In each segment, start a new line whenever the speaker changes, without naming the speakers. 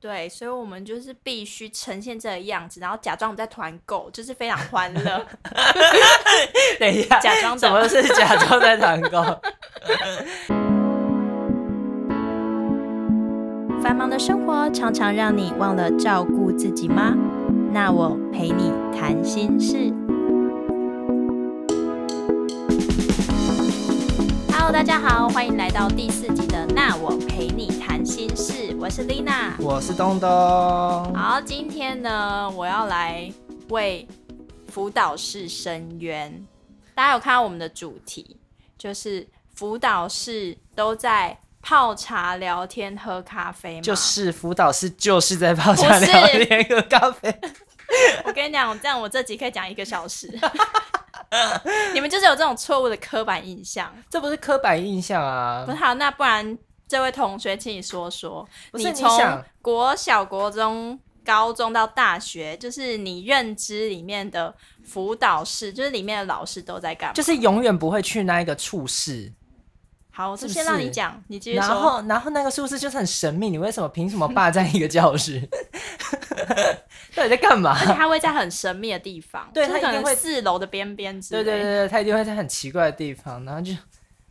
对，所以我们就是必须呈现这个样子，然后假装我们在团购，就是非常欢乐，
等一下，
假装
什
的
么是假装在团购？
繁忙的生活常常让你忘了照顾自己吗？那我陪你谈心事。Hello，大家好，欢迎来到第四集的《那我陪你谈心事》，我是 Lina。
我是东东，
好，今天呢，我要来为辅导室伸冤。大家有看到我们的主题，就是辅导室都在泡茶、聊天、喝咖啡吗？
就是辅导室就是在泡茶
不是
聊天喝咖啡，
我跟你讲，这样我这集可以讲一个小时。 你们就是有这种错误的刻板印象。
这不是刻板印象啊
不。好，那不然这位同学，请你说说，
不是你
从
想
国小、国中、高中到大学，就是你认知里面的辅导室，就是里面的老师都在干嘛？
就是永远不会去那一个处室，
好，我就是
不
先让
是
你讲，你继续
然
说。
后然后那个处室就是很神秘，你为什么凭什么霸占一个教室？ 到底在干嘛
而？且他会在很神秘的地方，
对
就
他
是
一
可
定
能
会
四楼的边边之
对
类。
对对对，他一定会在很奇怪的地方，然后就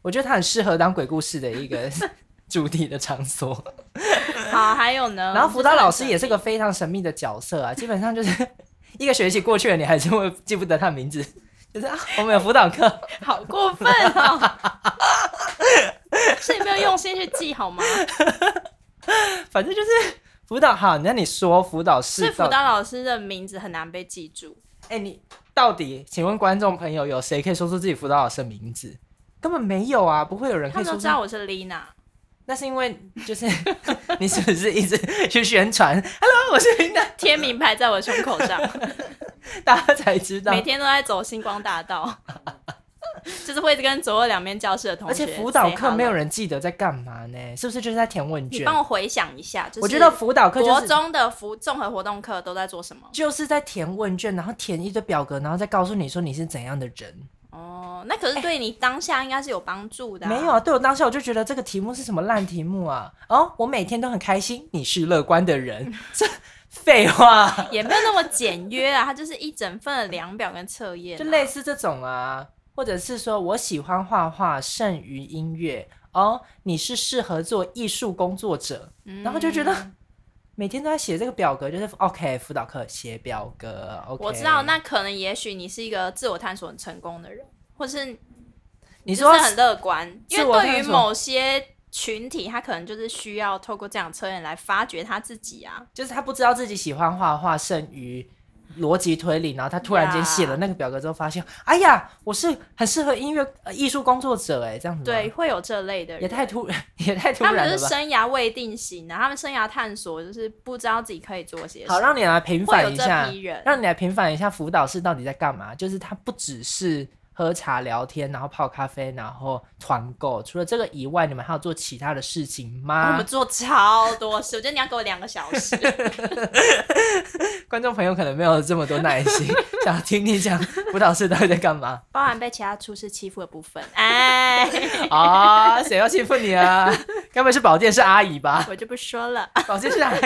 我觉得他很适合当鬼故事的一个 主题的场所。
对。好，还有呢？
然后辅导老师
嗯
也
就是是
个非常神秘的角色啊，基 本上就是一个学期过去了，你还是会记不得他名字。 就是啊，我们有辅导
很
课，
神秘好过分哦！ 是你没有用心去记好 吗？
反正就是辅导好。那你说辅导
是
室
辅
到
导
底？
老师的名字很难被记住。
哎、你到底，请问观众朋友，有谁可以说出自己辅导老师的名字？根本没有啊，不会有人
他
可以
们
说
都知
出。
道我是 Lina，
那是因为就是 你是不是一直去宣传？Hello，我是 林丹，
贴名牌在我的胸口 上，
大家才知道
每。天都在走星光大道， 就是会一直跟左右两边教室的同
而
学。
且辅导课没有。人记得在干嘛呢？是不是就是在填问
你
卷？
帮我回想一下，就是
我觉得辅导课就
国
是
中的辅综合活动课都在做什么？
就是在填问卷，然后填一堆表格，然后再告诉你说你是怎样的人。
哦，那可是对你当下应该是有帮助的、
没有，啊，对我当下我就觉得这个题目是什么烂题目啊！哦，我每天都很开心，你是乐观 的人，这废话，
也没有那么简约啊，它 就是一整份的量表跟测验、
就类似这种啊，或者是说我喜欢画画，胜于音乐。哦，你是适合做艺术工作者，
嗯
然后就觉得。每天都在写这个表格，就是 OK 辅导课写表格，OK。
我知道，那可能也许你是一个自我探索很成功的人，或是就
你
是
说
很乐观，因为
自我
对于
探索
某些群体，他可能就是需要透过这样的测验来发掘他自己啊。
就是他不知道自己喜欢画画胜于逻辑推理，然后他突然间写了那个表格之后，发现哎呀，我是很适合音乐呃艺术工作者哎，这样子吗
对，，会有这类的人，
也太突 也太突
他们
然
就
了
是
吧。
生涯未定型啊，他们生涯探索就是不知道自己可以做些什
好，
么，
让你来平反一
会有
下
这批人，
让你来平反一下辅导室到底在干嘛？就是他不只是喝茶聊天，然后泡咖啡，然后团购。除了这个以外，你们还有做其他的事情
我
吗
们？做超多事，我觉得你要给我两个小时。
观众朋友可能没有这么多耐心， 想要听你讲辅导室到底在干嘛。
包含被其他厨师欺负的部分。哎，
啊，谁要欺负你啊？ 该不会是保健室阿姨吧？
我就不说了。
保健室阿姨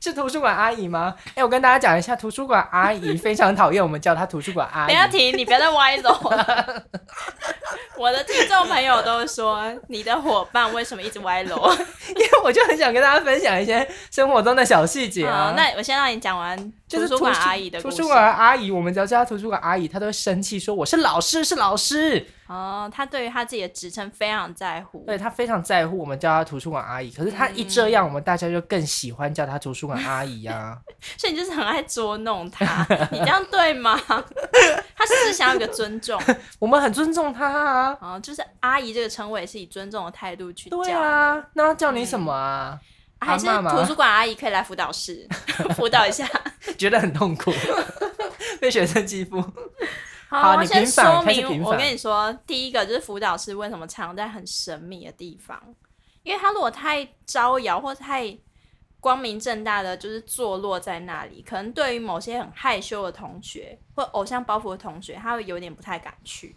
是图书馆阿姨吗？哎、我跟大家讲一下，图书馆阿姨非常讨厌我们叫她图书馆 阿
不要
姨。
停，你不要再歪走了。 我的听众朋友都说，你的伙伴为什么一直歪楼？
因为我就很想跟大家分享一些生活中的小细节啊
好，。那我先让你讲完
就是
图书馆阿姨的故
图
事。
书馆阿姨，我们只要叫她图书馆阿姨，她都会生气，说我是老师，是老师。
哦，他对于他自己的职称非常在乎。
对她非常在乎我们叫她图书馆阿姨，可是她一这样，我们大家就更喜欢叫她图书馆阿姨啊。
所以你就是很爱捉弄 他，你这样对吗？ 他是不是想要有个尊重？
我们很尊重她啊。
哦，就是阿姨这个称谓也是以尊重的态度去
对
叫，
啊，那她叫你什么啊？
还是
阿嬷吗
图书馆阿姨可以来辅导室 辅导一下。
觉得很痛苦，被学生欺负。好
好，我
你
先
平反
说
开始
明，
平
我
反
跟你说，第一个就是辅导室为什么藏在很神秘的地方，因为他如果太招摇或太光明正大的就是坐落在那里，可能对于某些很害羞的同学或偶像包袱的同学，他会有点不太敢去。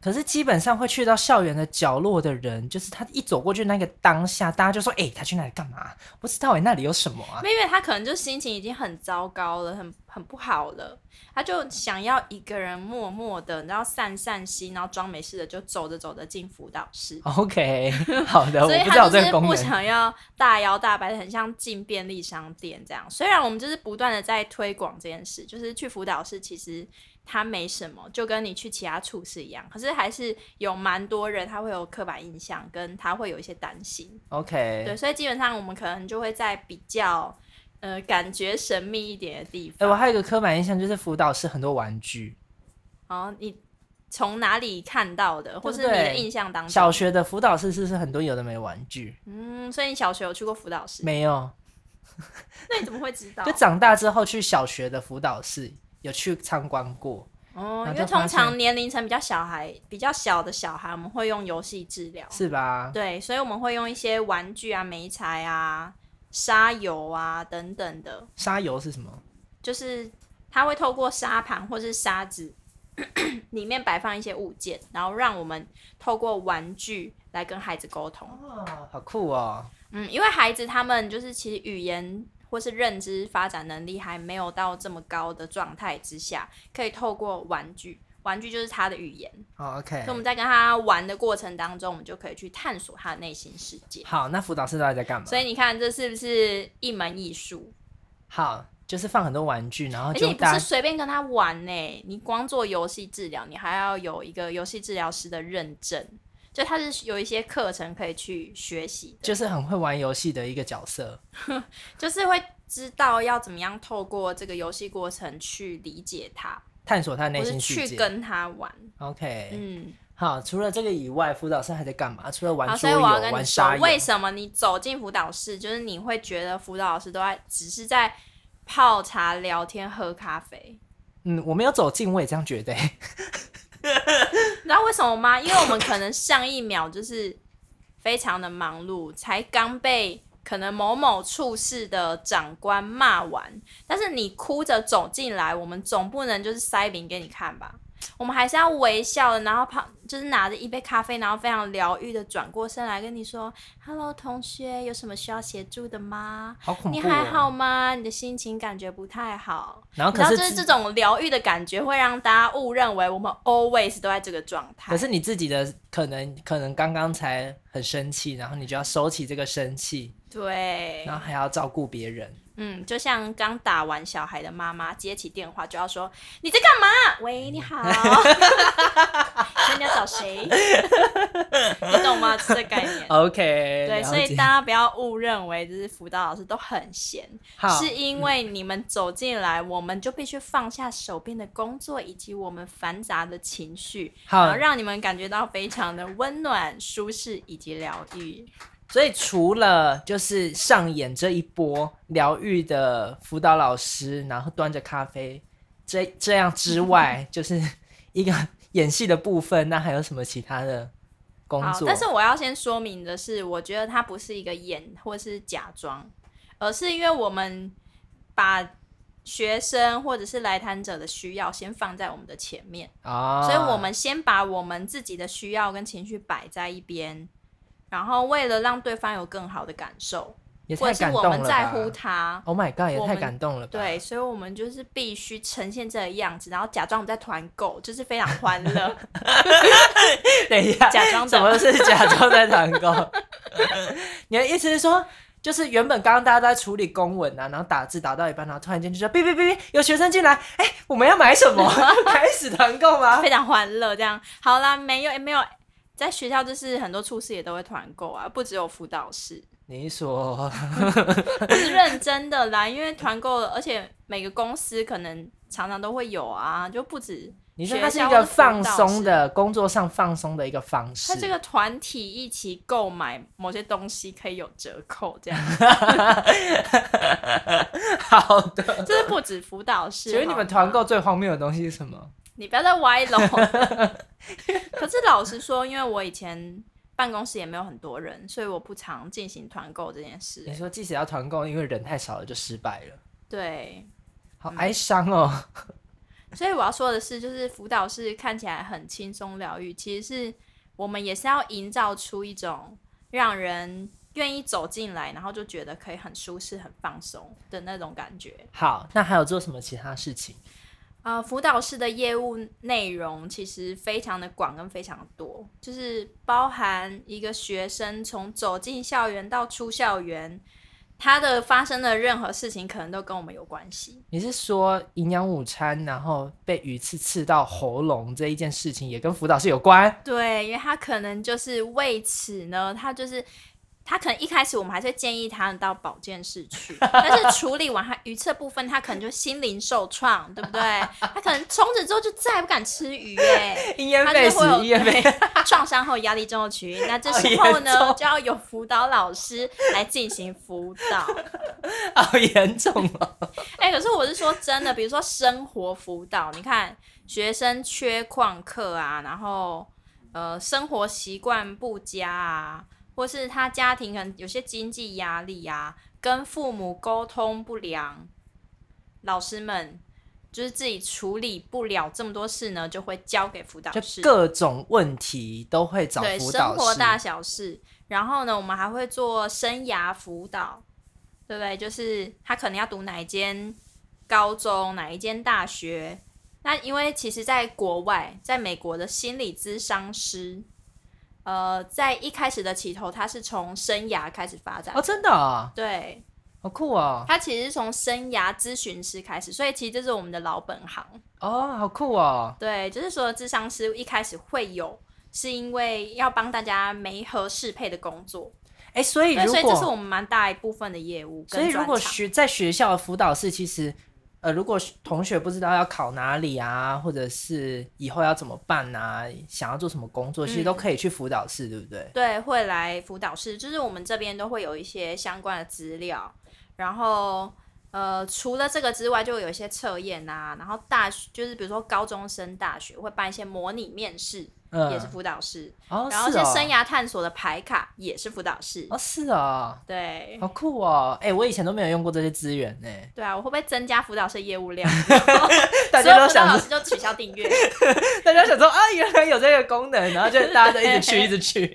可是基本上会去到校园的角落的人，就是他一走过去那个当下，大家就说：“哎、他去那里干嘛？不知道哎、那里有什么啊
因为他可能就心情已经很糟糕了，很很不好了，他就想要一个人默默的，然后散散心，然后装没事的就走着走着进辅导室。
？”OK，好的，
所以
啊我不知道
他
有
就
这个
是
功
不
能。
想要大摇大摆，很像进便利商店这样。虽然我们就是不断的在推广这件事，就是去辅导室，其实它没什么，就跟你去其他处室一样。可是还是有蛮多人他会有刻板印象，跟他会有一些担心。
OK，
对，所以基本上我们可能就会在比较呃感觉神秘一点的地
哎、
方。
我还有一个刻板印象就是辅导室很多玩具，
哦，你从哪里看到的，或
对
是
不
你的
对
印象当中？
小学的辅导室是不是很多有的没玩具？
嗯，所以你小学有去过辅导室？
没有，
那你怎么会知道
就？长大之后去小学的辅导室有去参观过。
哦，
然后
因为
就发
通常
现
年龄层比较小孩、比较小的小孩，我们会用游戏治疗。
是啊吧？
对，所以我们会用一些玩具啊、美材啊、沙油啊等等的，
沙油是什么？
就是它会透过沙盘或是沙子 里面摆放一些物件，然后让我们透过玩具来跟孩子沟通。
哦，好酷哦！
嗯，因为孩子他们就是其实语言或是认知发展能力还没有到这么高的状态之下，可以透过玩具，玩具就是他的语言，
哦，OK
所以我。们在跟他玩的过程当中，我们就可以去探索他的内心世界。
好，那辅导室到底在干嘛？
所以你看，这是不是一门艺术？
好，就是放很多玩具，然后
而且
哦就
你不
大
是
家
随便跟他玩呢、你光做游戏治疗，你还要有一个游戏治疗师的认证，就他是有一些课程可以去学习的，
就是很会玩游戏的一个角色。
就是会知道要怎么样透过这个游戏过程去理解他，
探索他的内
或是
心世
去
界。
跟他玩。
OK，、
嗯，
好，除了这个以外，辅导室还在干嘛？除了玩
好，
桌
所以
游、
我要跟你说
玩沙，
为
游，
什么你走进辅导室，就是你会觉得辅导老师都在只是在泡茶、聊天、喝咖啡。
嗯，我没有走近，我也这样觉得。
你知道为什么吗？因为我们可能上一秒就是非常的忙碌，才刚被可能某某处室的长官骂完，但是你哭着走进来，我们总不能就是塞饼给你看吧？我们还是要微笑的，然后旁就是拿着一杯咖啡，然后非常疗愈的转过身来跟你说：“Hello，同学，有什么需要协助的吗？
好恐怖、
你
哦。
还好吗？你的心情感觉不太好。”
然后
你知
哦
道，
可是
就是
自
这种疗愈的感觉，会让大家误认为我们 always 都在这个状态。
可是你自己的可能可能刚刚才很生气，然后你就要收起这个生气，
对
然，后还要照顾别人。
嗯，就像刚打完小孩的妈妈接起电话，就要说你在干嘛？喂，你 好，所以你要找谁？你懂吗？这个概念。
OK，
对，
了
所以
解
大家不要误认为就是辅导老师都很闲，
好
是因为你们走进来，我们就必须放下手边的工作以及我们繁杂的情绪，
好
然后让你们感觉到非常的温暖、舒适以及疗愈。
所以除了就是上演这一波疗愈的辅导老师，然后端着咖啡这这 样之外，就是一个 演戏的部分。那还有什么其他的工
好，
作？
但是我要先说明的是，我觉得它不是一个演或是假装，而是因为我们把学生或者是来谈者的需要先放在我们的前面。
啊，
所以我们先把我们自己的需要跟情绪摆在一边，然后为了让对方有更好的感受，
也
或
太
者是
感
我
动了
们
吧。
在乎他，
Oh my god，也
我
太
们
感动了吧。
对，所以我们就是必须呈现这个样子，然后假装我们在团购，就是非常 欢乐，
等一下，
假装的
什么是假装在团购？ 你的意思是说，就是原本刚刚大家都在处理公文啊，然后打字打到一半，然后突然间就说哔哔哔哔，有学生进来，哎、我们要买什 么？开始团购吗？
非常欢乐这样。好啦，没有也没有，在学校就是很多处室也都会团购啊，不只有辅导 室，
你说
是认真的啦，因为团购，而且每个公司可能常常都会有啊，就不止。
你说它是一个放松
的。
的工作上放松的一个方式
他，这个团体一起购买某些东西可以有折扣，这 样
好的。
这是不止辅导室。
请问你们
好
团
吗，
购最荒谬的东西是什么？
你不要再歪楼。可是老实说，因为我以前办公室也没有很多人，所以我不常进行团购这件事
你。说即使要团购，因为人太少了就失败了，
对，
好哀伤哦。
所以我要说的是，就是辅导室看起来很轻松疗愈，其实是我们也是要营造出一种让人愿意走进来，然后就觉得可以很舒适、很放松的那种感觉。
好，那还有做什么其他事情？
呃，辅导室的业务内容其实非常的广跟非常多，就是包含一个学生从走进校园到出校园，他的发生的任何事情可能都跟我们有关系。
你是说营养午餐，然后被鱼刺刺到喉咙这一件事情，也跟辅导室有 关？
对，因为他可能就是为此呢，他就是他可能一开始我们还是建议他到保健室去，但是处理完他鱼刺的部分，他可能就心灵受创，对不对？他可能从此之后就再也不敢吃鱼哎、
因噎
他
废
就
食
会，有
因噎废。
对 创伤后压力症候群。那这时候
好严
呢，
重
就要有辅导老师来进行辅导。
好严重哦！
哎、可是我是说真的，比如说生活辅导，你看学生缺旷课啊，然后呃生活习惯不佳啊，或是他家庭可能有些经济压力啊，跟父母沟通不良，老师们。就是自己处理不了这么多事呢，就会交给辅导
就
室。
各种问题都会找
对
辅导
生活
师。
大小事。然后呢，我们还会做生涯辅导，对不对？就是他可能要读哪一间高中，哪一间大学。那因为其实，在国外，在美国的心理咨商师，呃，在一开始的起头，他是从生涯开始发展。
哦，真的、哦，
对，
好酷哦！
他其实是从生涯咨询师开始，所以其实这是我们的老本行。
哦，好酷哦！
对，就是说，智商师一开始会有，是因为要帮大家媒合适配的工作，
哎，所以
对，
如
所以这是
果
我们蛮大一部分的业务
所
跟
以
专长。
如果学在学校的辅导室，其实呃，如果同学不知道要考哪里啊，或者是以后要怎么办啊，想要做什么工作，其
嗯
实都可以去辅导室，对不对？
对，会来辅导室，就是我们这边都会有一些相关的资料，然后呃，除了这个之外，就会有一些测验啊，然后大学就是比如说高中生、大学会办一些模拟面试，
嗯，
也是辅导室，
哦，
然后是
是哦
生涯探索的牌卡也是辅导室，
哦，是哦，
对。
好酷哦！哎、我以前都没有用过这些资源呢，
对啊，我会不会增加辅导室业务量？
大
所以辅导
家都想
老
说
师就取消订阅。
大家想说啊，原来有这个功能，然后就大家就一直去，一直去。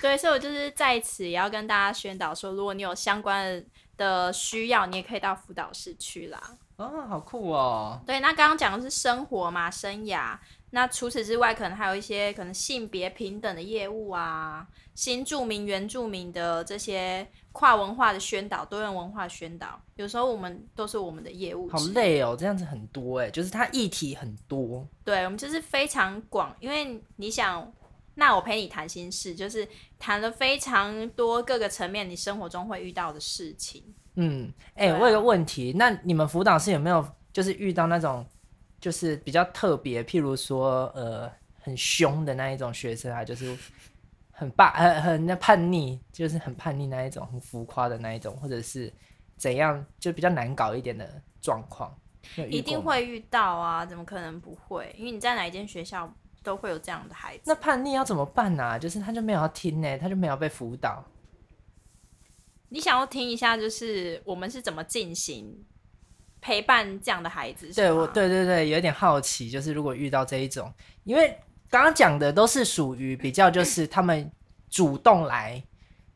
对，所以我就是在此也要跟大家宣导说，如果你有相关的需要，你也可以到辅导室去啦。
哦，好酷哦！
对，那刚刚讲的是生活嘛，生涯。那除此之外，可能还有一些可能性别平等的业务啊，新住民、原住民的这些跨文化的宣导、多元文化宣导，有时候我们都是我们的业务。
好。累哦，这样子很多哎，就是它议题很多，
对，我们就是非常广，因为你想，那我陪你谈心事，就是谈了非常多各个层面你生活中会遇到的事情。
嗯，哎、
对啊
我有个问题，那你们辅导室有没有就是遇到那种就是比较特别，譬如说呃很凶的那一种学生啊，就是很霸 很很那叛逆，就是很叛逆那一种，很浮夸的那一种，或者是怎样就比较难搞一点的状况，你有遇
一定
过吗。
会遇到啊，怎么可能不会？因为你在哪一间学校都会有这样的孩子。
那叛逆要怎么办啊？就是他就没有要听呢、他就没有被辅导。
你想要听一下，就是我们是怎么进行陪伴这样的孩子？是
对
吗
我，对对对，有点好奇，就是如果遇到这一种，因为刚刚讲的都是属于比较，就是他们主动来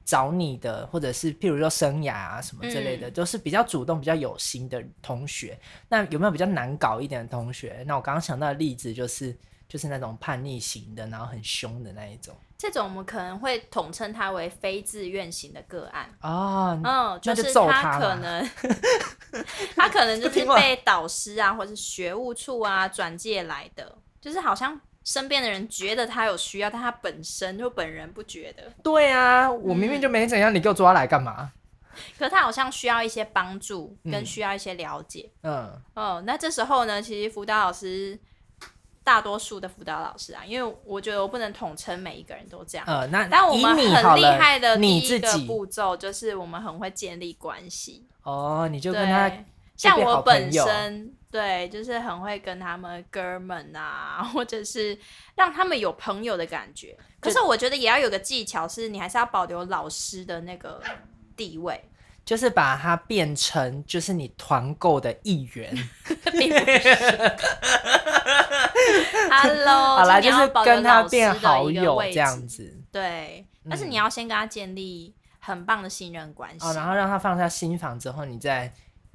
找你的，或者是譬如说生涯啊什么之类
嗯
的，都、是比较主动、比较有心的同学。那有没有比较难搞一点的同学？那我刚刚想到的例子就是，就是那种叛逆型的，然后很凶的那一种
这种我们可能会统称它为非自愿型的个案。
啊。
嗯，
那就是揍
他
他
可
啦
能，他可能就
不
是
听话
被导师啊，或者是学务处啊转介来的，就是好像身边的人觉得他有需要，但他本身就本人不觉得。
对啊，我明明就没怎样，你给我抓来干嘛？
可是他好像需要一些帮助，跟
嗯
需要一些了解。
嗯，
哦，那这时候呢，其实辅导老师，大多数的辅导老师啊，因为我觉得我不能统称每一个人都这样，
呃，那
但我
以
们
你
很
好
厉
了
害的第
你
一
自
个
己
步骤就是我们很会建立关系，
哦，你就跟他
对。像
变
我
好
本
朋友
身对，就是很会跟他们哥们啊，或者是让他们有朋友的感觉。可
就是
我觉得也要有个技巧，是你还是要保留老师的那个地位。
就是把它变成就是你团购的一员。
并不是。Hello，
好
哦
啦，
你
就
要
是
保留
跟他
老师
变
的一
好
个
友
位
这样
置。
子
对，但是你要先跟他建立很棒的信任关系。
嗯哦，然后让他放下心房之后，你再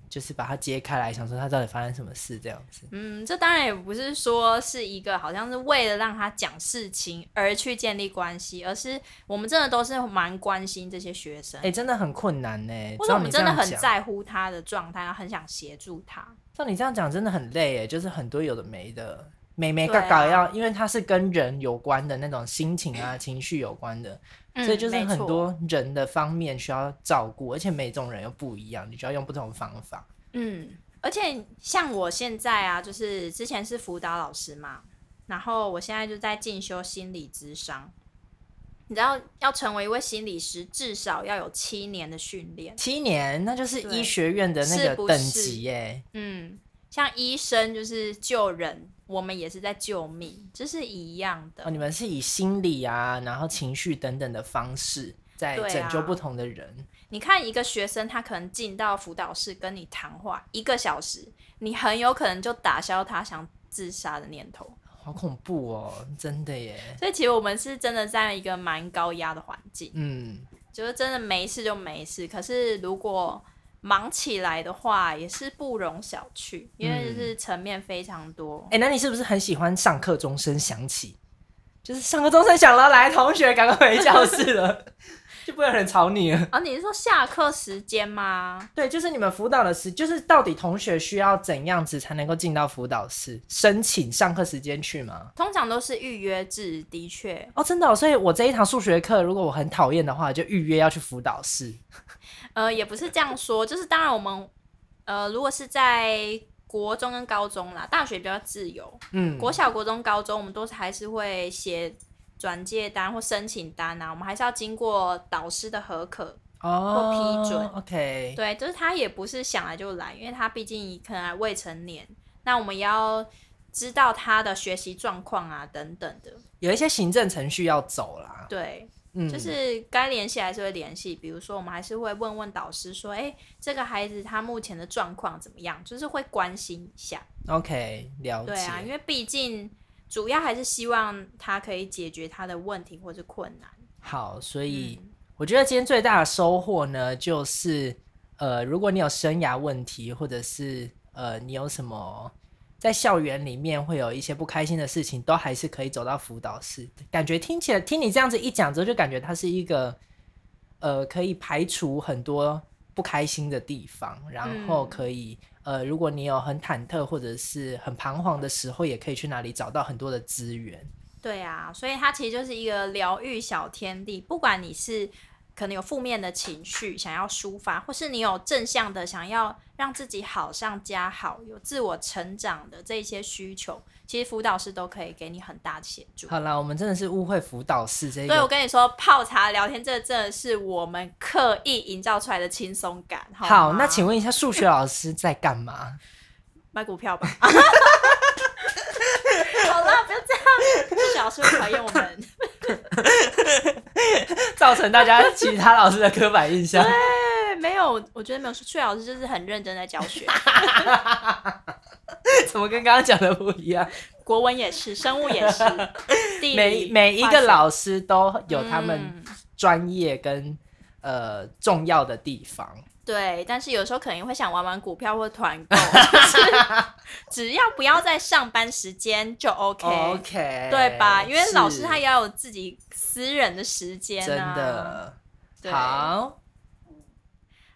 就是把它揭开来，想说他到底发生什么事这样子。
嗯，这当然也不是说是一个好像是为了让他讲事情而去建立关系，而是我们真的都是蛮关心这些学生
哎、，真的很困难呢、
或者
照
我们
你这
真的
样
很
讲，
在乎他的状态，然后很想协助他。
照你这样讲真的很累哎，就是很多有的没的。美眉
对
嘎
啊
嘎要，因为它是跟人有关的那种心情啊、情绪有关的，
嗯
所以就是
没
很
错
多人的方面需要照顾，而且每种人又不一样，你就要用不同的方法。
嗯，而且像我现在啊，就是之前是辅导老师嘛，然后我现在就在进修心理咨商。你知道，要成为一位心理师，至少要有七年的训练。
七年，那就是
对
医学院的那
是
个
不
等
是
级耶。
嗯，像医生就是救人，我们也是在救命，这是一样的。
哦，你们是以心理啊，然后情绪等等的方式在
对啊
拯救不同的人。
你看一个学生，他可能进到辅导室跟你谈话一个小时，你很有可能就打消他想自杀的念头。
好恐怖哦，真的耶。
所以其实我们是真的在一个蛮高压的环境，
嗯，
就是真的没事就没事。可是如果忙起来的话，也是不容小觑，因为就是层面非常多。
哎、那你是不是很喜欢上课钟声响起？就是上课钟声响了，来，同学赶快回教室了， 就不会有人吵你了。
啊，你是说下课时间吗？
对，就是你们辅导的时，就是到底同学需要怎样子才能够进到辅导室？申请上课时间去吗？
通常都是预约制，的确。
哦，真的哦、所以我这一堂数学课，如果我很讨厌的话，就预约要去辅导室。
呃，也不是这样说，就是当然我们呃，如果是在国中跟高中啦，大学比较自由，
嗯，
国小、国中、高中我们都是还是会写转介单或申请单啊，我们还是要经过导师的核可。
哦
或批准
OK，
对，就是他也不是想来就来，因为他毕竟可能还未成年，那我们也要知道他的学习状况啊等等的。
有一些行政程序要走啦。
对，
嗯，
就是该联系还是会联系，比如说我们还是会问问导师说，哎、这个孩子他目前的状况怎么样，就是会关心一下。
OK，了解。
对啊，因为毕竟主要还是希望他可以解决他的问题或者困难。
好，所以
嗯，
我觉得今天最大的收获呢，就是呃，如果你有生涯问题，或者是呃，你有什么在校园里面会有一些不开心的事情，都还是可以走到辅导室。感觉听起来，听你这样子一讲之后，就感觉它是一个呃，可以排除很多不开心的地方，然后
嗯
可以。呃，如果你有很忐忑或者是很彷徨的时候，也可以去那里找到很多的资源。
对啊，所以它其实就是一个疗愈小天地。不管你是可能有负面的情绪想要抒发，或是你有正向的想要让自己好上加好，有自我成长的这一些需求，其实辅导师都可以给你很大的协助。
好啦，我们真的是误会辅导室这
所以我
个
跟你说，泡茶聊天这真的是我们刻意营造出来的轻松感。好吗，
好，那请问一下，数学老师在干嘛？
买股票吧。 好啦，不要这样，这小师会讨厌我们。
造成大家其他老师的刻板 印象。
对，哎没有，我觉得没有，数学老师就是很认真在教学，
怎么跟刚刚讲的不 一样？
国文也是，生物也是，地理
每每一个老师都有他们
嗯
专业跟、呃重要的地方。
对，但是有时候可能会想玩玩股票或团 购，就是只要不要在上班时间就 OK。
哦 OK，
对吧？因为老师
是
他也要有自己私人的时间、啊，啊
真的
对
好，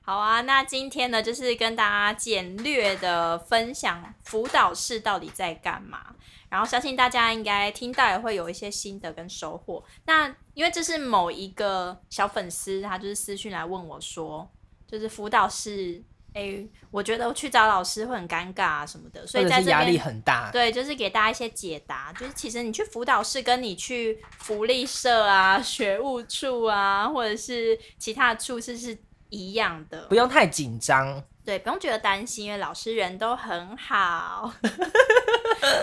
好啊，那今天呢，就是跟大家简略的分享辅导室到底在干嘛，然后相信大家应该听到也会有一些心得跟收获。那因为这是某一个小粉丝，他就是私讯来问我说，就是辅导室，哎、我觉得去找老师会很尴尬啊什么的，所
或
以
者
在
是
这
压力
边。
很大。
对，就是给大家一些解答。就是其实你去辅导室，跟你去福利社啊、学务处啊，或者是其他的处室是一样的
不。用太紧张，
对，不用觉得担心，因为老师人都很好。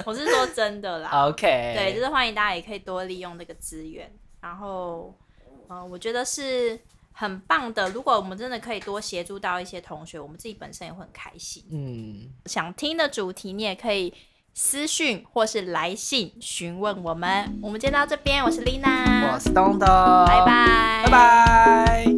我是说真的啦。
OK，
对，呃就是欢迎大家也可以多利用这个资源。然后，嗯、我觉得是很棒的。如果我们真的可以多协助到一些同学，我们自己本身也会很开心。
嗯，
想听的主题，你也可以私讯或是来信询问我们。我们今天到这边，我是丽娜，
我是东东，
拜拜，
拜拜。